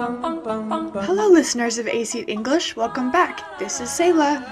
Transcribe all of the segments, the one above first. Hello, listeners of A Seat English. Welcome back. This is Sayla.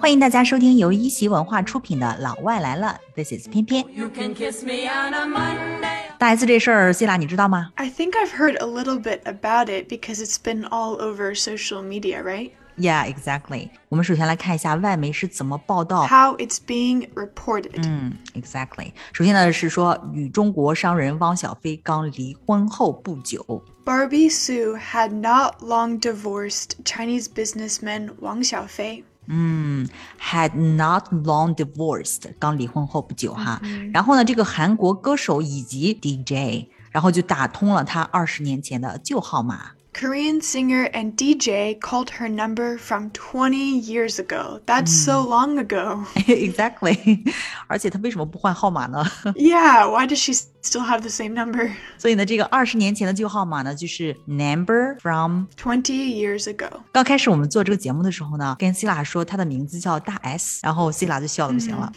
欢迎大家收听由一席文化出品的《老外来了》，This is 偏偏。 You can kiss me on a Monday. 大 S 这事儿，希拉你知道吗？ I think I've heard a little bit about it because it's been all over social media, right? Yeah, exactly。我们首先来看一下外媒是怎么报道。 How it's being reported. 嗯，exactly。首先呢是说，与中国商人汪小菲刚离婚后不久， Barbie Su had not long divorced Chinese businessman Wang Xiaofei. 嗯，had not long divorced，刚离婚后不久哈。然后呢，这个韩国歌手以及 DJ，然后就打通了他二十年前的旧号码。 Korean singer and DJ called her number from 20 years ago. That's so long ago. exactly，而且他为什么不换号码呢？ yeah, why does she s- still have the same number? 所以呢，这个二十年前的旧号码呢，就是 number from。 20 years ago. 刚开始我们做这个节目的时候呢，跟希拉说她的名字叫大 S，然后希拉就笑的不行了。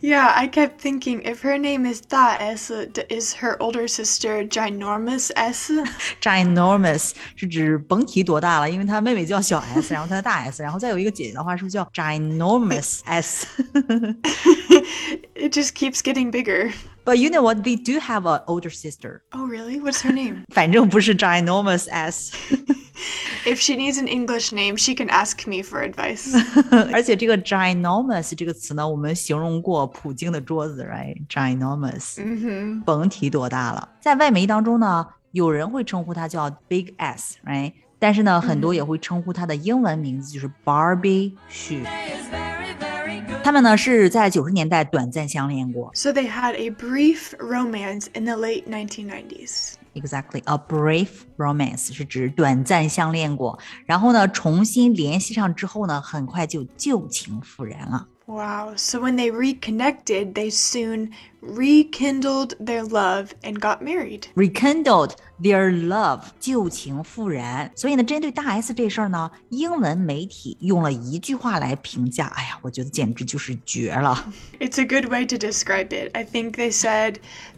Yeah, I kept thinking if her name is Da S, d- is her older sister ginormous S? Ginormous 是指甭提多大了，因为她妹妹叫小 S，然后她的大 S，然后再有一个姐姐的话，是不是叫 Ginormous S？ It just keeps getting bigger. But you know what? They do have an older sister. Oh, really? What's her name? 反正不是 Ginormous S。 if she needs an English name, she can ask me for advice. 而且这个 ginormous 这个词呢，我们形容过普京的桌子，right？ginormous，、 hmm 甭提多大了。在外媒当中呢，有人会称呼它叫 Big S，right？但是呢，很嗯多也会称呼它的英文名字就是 Barbie Xu。 It's very, very good. 他们呢是在九十年代短暂相恋过 So they had a brief romance in the late 1990s. ，exactly a brief romance 是指短暂相恋过，然后呢重新联系上之后呢，很快就旧情复燃了。 Wow. So when they reconnected, they soon rekindled their love and got married. rekindled their love，旧情复燃。所以呢，针对大 S 这事儿呢，英文媒体用了一句话来评价，哎呀，我觉得简直就是绝了。 It's a good way to describe it. I think they said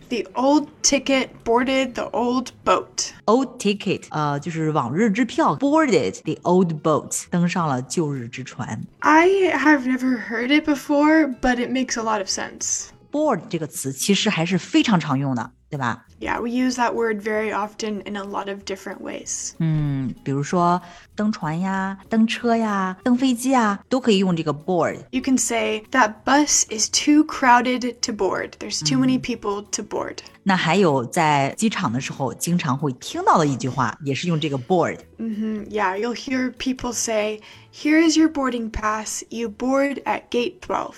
the old ticket boarded the old boat. Old ticket，呃，就是往日支票，boarded the old boat，登上了旧日之船。 I have never heard it before, but it makes a lot of sense. board 这个词其实还是非常常用的，对吧？ Yeah, we use that word very often in a lot of different ways. 嗯，比如说登船呀、登车呀、登飞机呀，都可以用这个 board。 You can say that bus is too crowded to board. There's too many people to board. 那还有在机场的时候经常会听到的一句话，也是用这个 board。 Mm, Yeah, you'll hear people say, "Here is your boarding pass. You board at gate 12."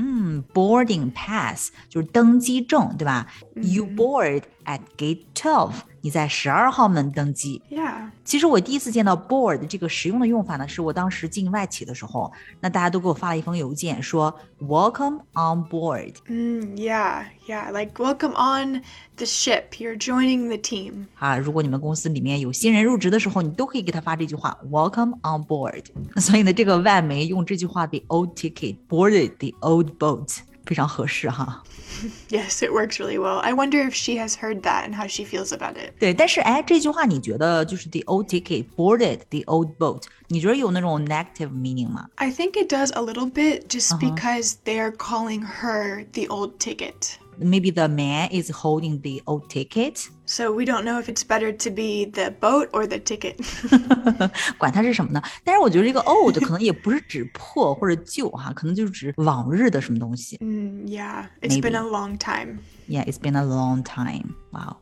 嗯，boarding pass 就是登机证，对吧、y o u board at gate twelve，你在十二号门登机。 Yeah. 其实我第一次见到 board 这个实用的用法呢，是我当时进外企的时候，那大家都给我发了一封邮件说 Welcome on board。 Mm, yeah, yeah. Like welcome on the ship. You're joining the team. 啊，如果你们公司里面有新人入职的时候，你都可以给他发这句话 “Welcome on board”。所以呢，这个外媒用这句话 “the old ticket boarded the old boat” 非常合适哈。 Yes, it works really well. I wonder if she has heard that and how she feels about it. 对，但是哎，这句话你觉得就是 “the old ticket boarded the old boat”，你觉得有那种 negative meaning 吗？ I think it does a little bit just because they are calling her the old ticket. Maybe the man is holding the old ticket， So we don't know if it's better to be the boat or the ticket. 管它是什么呢？但是我觉得这个 old 可能也不是指破或者旧哈，可能就是指往日的什么东西。 Mm, yeah, it's been a long time. Yeah, it's been a long time. Wow.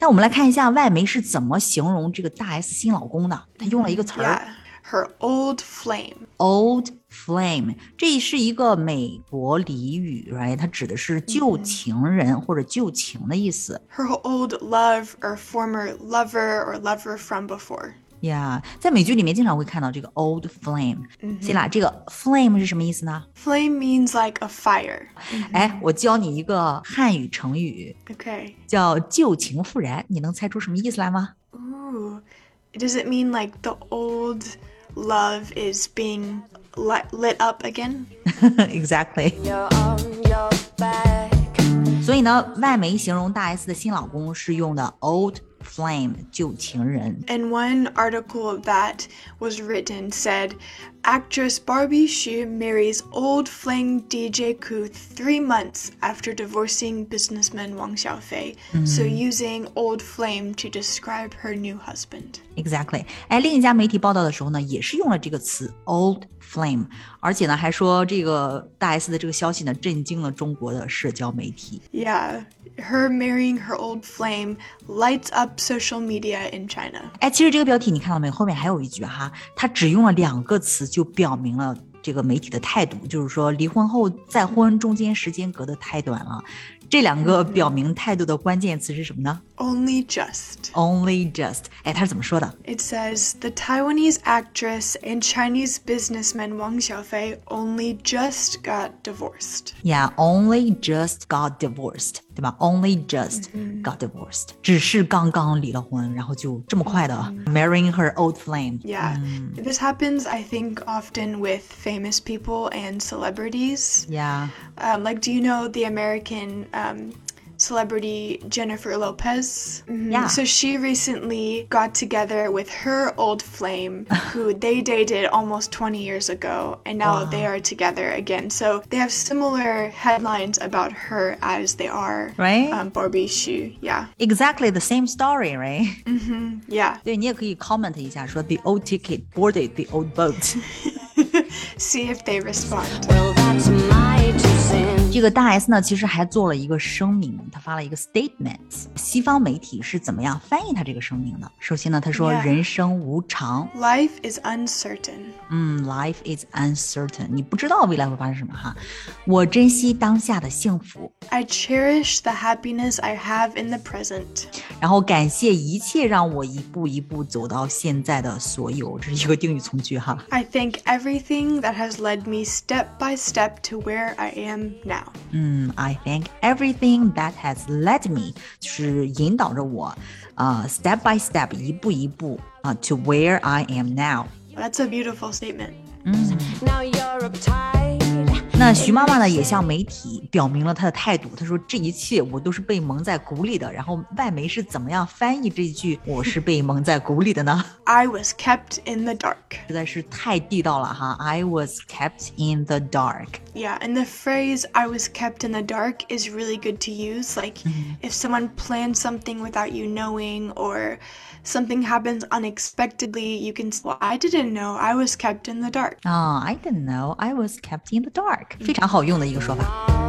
那我们来看一下外媒是怎么形容这个大 S 新老公的。他用了一个词儿 Yeah, her old flame. “old flame”，这是一个美国俚语，right？它指的是旧情人或者旧情的意思。 her old love or former lover or lover from before. Yeah，在美剧里面经常会看到这个 “old flame”。希拉，这个 “flame” 是什么意思呢？ Flame means like a fire. 哎，我教你一个汉语成语， Okay. 叫“旧情复燃”，你能猜出什么意思来吗？ Ooh. Does it mean like the old love is being lit, lit up again? exactly. You're on your back. 所以呢，外媒形容大 S 的新老公是用的 old flame 旧情人。 And one article that was written said actress Barbie Hsu marries old fling DJ Ku three months after divorcing businessman Wang Xiaofei. So using old flame to describe her new husband. Exactly，哎，另一家媒体报道的时候呢，也是用了这个词 old flame，而且呢还说这个大 S 的这个消息呢震惊了中国的社交媒体。 Yeah, her marrying her old flame lights up social media in China. 哎，其实这个标题你看到没有？后面还有一句哈，他只用了两个词就表明了这个媒体的态度，就是说离婚后再婚中间时间隔得太短了。这两个表明态度的关键词是什么呢 Only just. ？Only just。哎，他是怎么说的？ It says the Taiwanese actress and Chinese businessman Wang Xiaofei only just got divorced. Yeah，only just got divorced，对吧？Only just Mm-hmm. got divorced，、只是刚刚离了婚，然后就这么快的、marrying her old flame。Mm-hmm. Yeah. This happens, I think, often with famous people and celebrities. Yeah， Um, like, do you know the American um, celebrity Jennifer Lopez? Mhm. Yeah. So she recently got together with her old flame, who they dated almost 20 years ago, and now they are together again. So they have similar headlines about her as they are Right. um, Barbie Shu. Yeah, exactly the same story，right？Mm-hmm. yeah. 对你也可以 comment 一下，说 the old ticket boarded the old boat。 See if they respond. Well, that's my two cents. 这个大 S 呢，其实还做了一个声明，她发了一个 statement。西方媒体是怎么样翻译她这个声明的？首先呢，她说 Yeah. 人生无常， Life is uncertain. 嗯，life is uncertain，你不知道未来会发生什么哈。我珍惜当下的幸福， I cherish the happiness I have in the present. 然后感谢一切让我一步一步走到现在的所有，这是一个定语从句哈。 I thank everything that has led me step by step to where I am now. 嗯，I thank everything that has led me，就是引导着我，啊、s t e p by step，一步一步啊、t o where I am now。 That's a beautiful statement. Now you're uptight. 那徐妈妈呢，也向媒体表明了她的态度。她说：“这一切我都是被蒙在鼓里的。”然后外媒是怎么样翻译这一句“我是被蒙在鼓里的”呢？ I was kept in the dark. 实在是太地道了哈！I was kept in the dark。 Yeah, and the phrase I was kept in the dark is really good to use. Like if someone plans something without you knowing or something happens unexpectedly, you can say, Well, I didn't know. I was kept in the dark. 啊、i didn't know I was kept in the dark，非常好用的一个说法。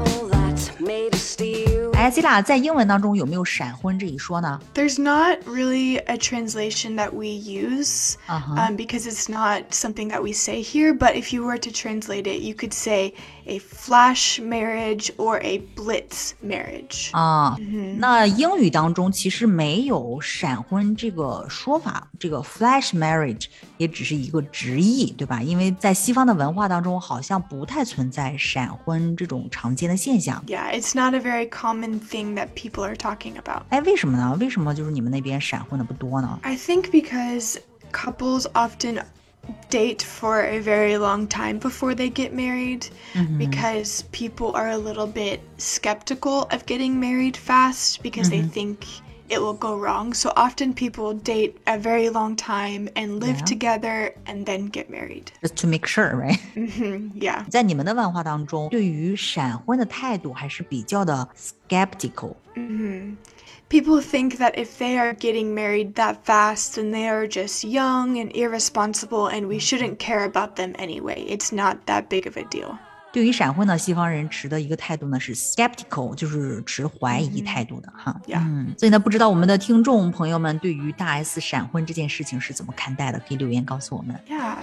All that's made of steel. 哎，咱俩在英文当中有没有闪婚这一说呢？ There's not really a translation that we use Uh-huh. um, because it's not something that we say here. But if you were to translate it, you could say a flash marriage or a blitz marriage. 啊，那英语当中其实没有闪婚这个说法，这个 flash marriage 也只是一个直译，对吧？因为在西方的文化当中，好像不太存在闪婚这种常见的现象。 yeah, it's not a very common thing that people are talking about. 哎，为什么呢？为什么就是你们那边闪婚的不多呢？ I think because couples often date for a very long time before they get married because people are a little bit skeptical of getting married fast because they think it will go wrong. So often people date a very long time and live Yeah. together and then get married. Just to make sure，right？ Yeah. 在你们的文化当中，对于闪婚的态度还是比较的 skeptical。 People think that if they are getting married that fast, then they are just young and irresponsible, and we shouldn't care about them anyway. It's not that big of a deal. 对于闪婚呢，西方人持的一个态度呢是 skeptical，就是持怀疑态度的哈。 Yeah. 嗯，所以呢，不知道我们的听众朋友们对于大 S 闪婚这件事情是怎么看待的，可以留言告诉我们。 Yeah.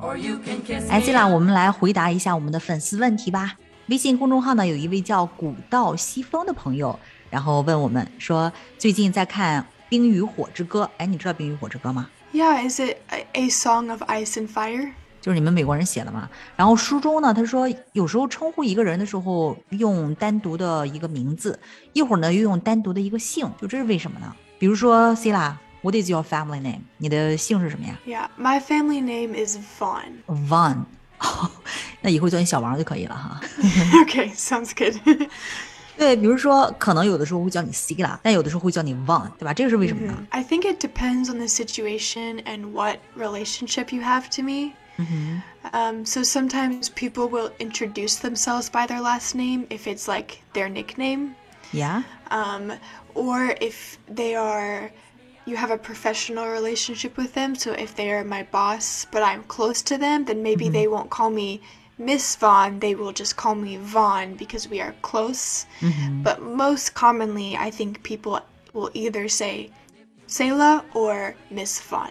Or you can kiss 哎， me. 接下来我们来回答一下我们的粉丝问题吧。微信公众号呢，有一位叫古道西风的朋友，然后问我们说，最近在看《冰与火之歌》，哎，你知道《冰与火之歌》吗？ Yeah, is it a, a song of ice and fire? 就是你们美国人写的嘛。然后书中呢，他说有时候称呼一个人的时候用单独的一个名字，一会儿呢又用单独的一个姓，就这是为什么呢？比如说 Sila，What is your family name？你的姓是什么呀 Yeah, my family name is Vaughn. ？Van。那以后叫你小王就可以了哈。 okay, sounds good. 对，比如说可能有的时候会叫你 Sila，但有的时候会叫你 Wang，对吧？这个是为什么呢？ I think it depends on the situation and what relationship you have to me. Um, so sometimes people will introduce themselves by their last name if it's like their nickname, 呀、 um, or if they are you have a professional relationship with them. So if they are my boss, but I'm close to them, then maybe they won't call me Miss Vaughn. They will just call me Vaughn because we are close. Mm-hmm. 嗯 But most commonly, I think people will either say Sayla or Miss Vaughn.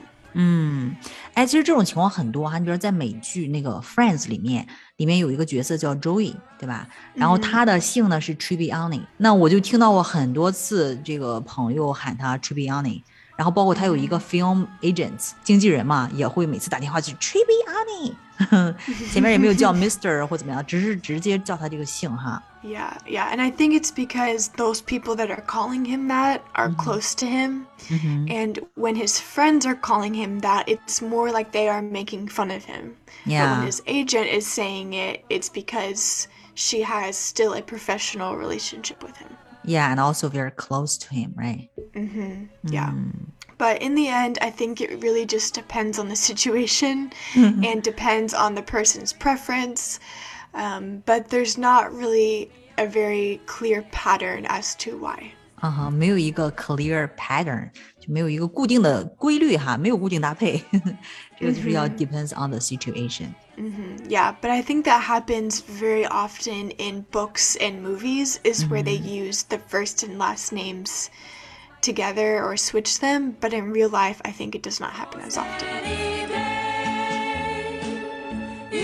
哎，其实这种情况很多哈，你比如在美剧那个《Friends》里面，里面有一个角色叫 Joey，对吧？然后他的姓呢是 Tribbiani，、那我就听到过很多次这个朋友喊他 Tribbiani，然后包括他有一个 film agent 经纪人嘛，也会每次打电话去 Tribbiani，前 面也没有叫 Mister 或怎么样，只是直接叫他这个姓哈。 Yeah, yeah. And I think it's because those people that are calling him that are close to him. And when his friends are calling him that, it's more like they are making fun of him. But Yeah. when his agent is saying it, it's because she has still a professional relationship with him. Yeah, and also very close to him, right? Yeah. But in the end, I think it really just depends on the situation and depends on the person's preference. Um, but there's not really a very clear pattern as to why. 嗯哼，没有一个 clear pattern，就没有一个固定的规律哈，没有固定搭配， 这个就是要嗯 depends on the situation。 Yeah, but I think that happens very often in books and movies, is where they use the first and last names together or switch them. But in real life, I think it does not happen as often.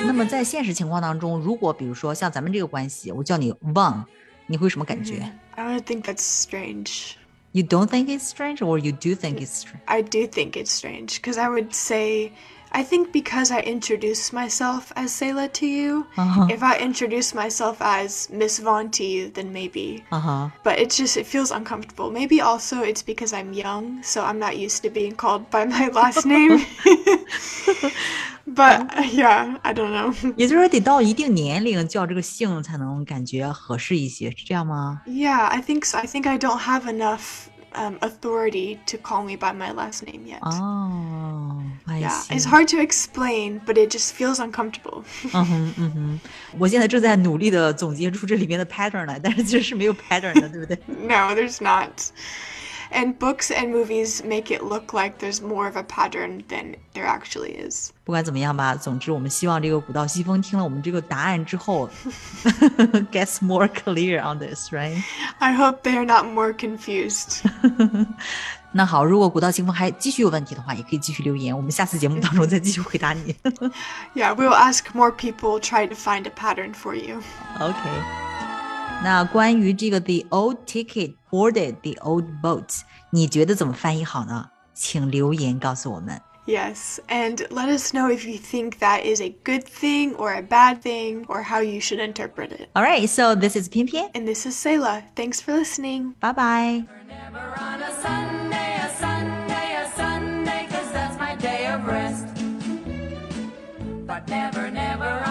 那么在现实情况当中，如果比如说像咱们这个关系，我叫你 Wang，你会什么感觉、 I don't think that's strange. y o u don't think it's strange, or you do think it's strange？ I do think it's strange because I would say, I think because I introduced myself as Sayla to you, if I introduced myself as Miss Vaughn to you, then maybe. 啊哈， But it's just, it feels uncomfortable. Maybe also it's because I'm young, so I'm not used to being called by my last name. but uh, yeah, I don't know. 也就是说得到一定年龄叫这个姓才能感觉合适一些，是这样吗？ Yeah, I think so. I think I don't have enough um, authority to call me by my last name yet. 哦、I yeah, see it's hard to explain, but it just feels uncomfortable. 嗯哼，嗯哼，我现在正在努力的总结出这里面的 pattern 来，但是其实是没有 pattern 的，对不对？ no, there's not. And books and movies make it look like there's more of a pattern than there actually is. 不管怎么样吧，总之我们希望这个古道西风听了我们这个答案之后 ，gets more clear on this, right？ I hope they are not more confused. 那好，如果古道西风还继续有问题的话，也可以继续留言，我们下次节目当中再继续回答你。 Yeah, we will ask more people, try to find a pattern for you. OK。那关于这个 the old ticket boarded the old boat，你觉得怎么翻译好呢？请留言告诉我们。 Yes, and let us know if you think that is a good thing or a bad thing or how you should interpret it. All right, so this is 偏偏， And this is Selah. Thanks for listening. 拜拜。 Never on a Sunday, a Sunday, a Sunday, 'cause that's my day of rest. But never, never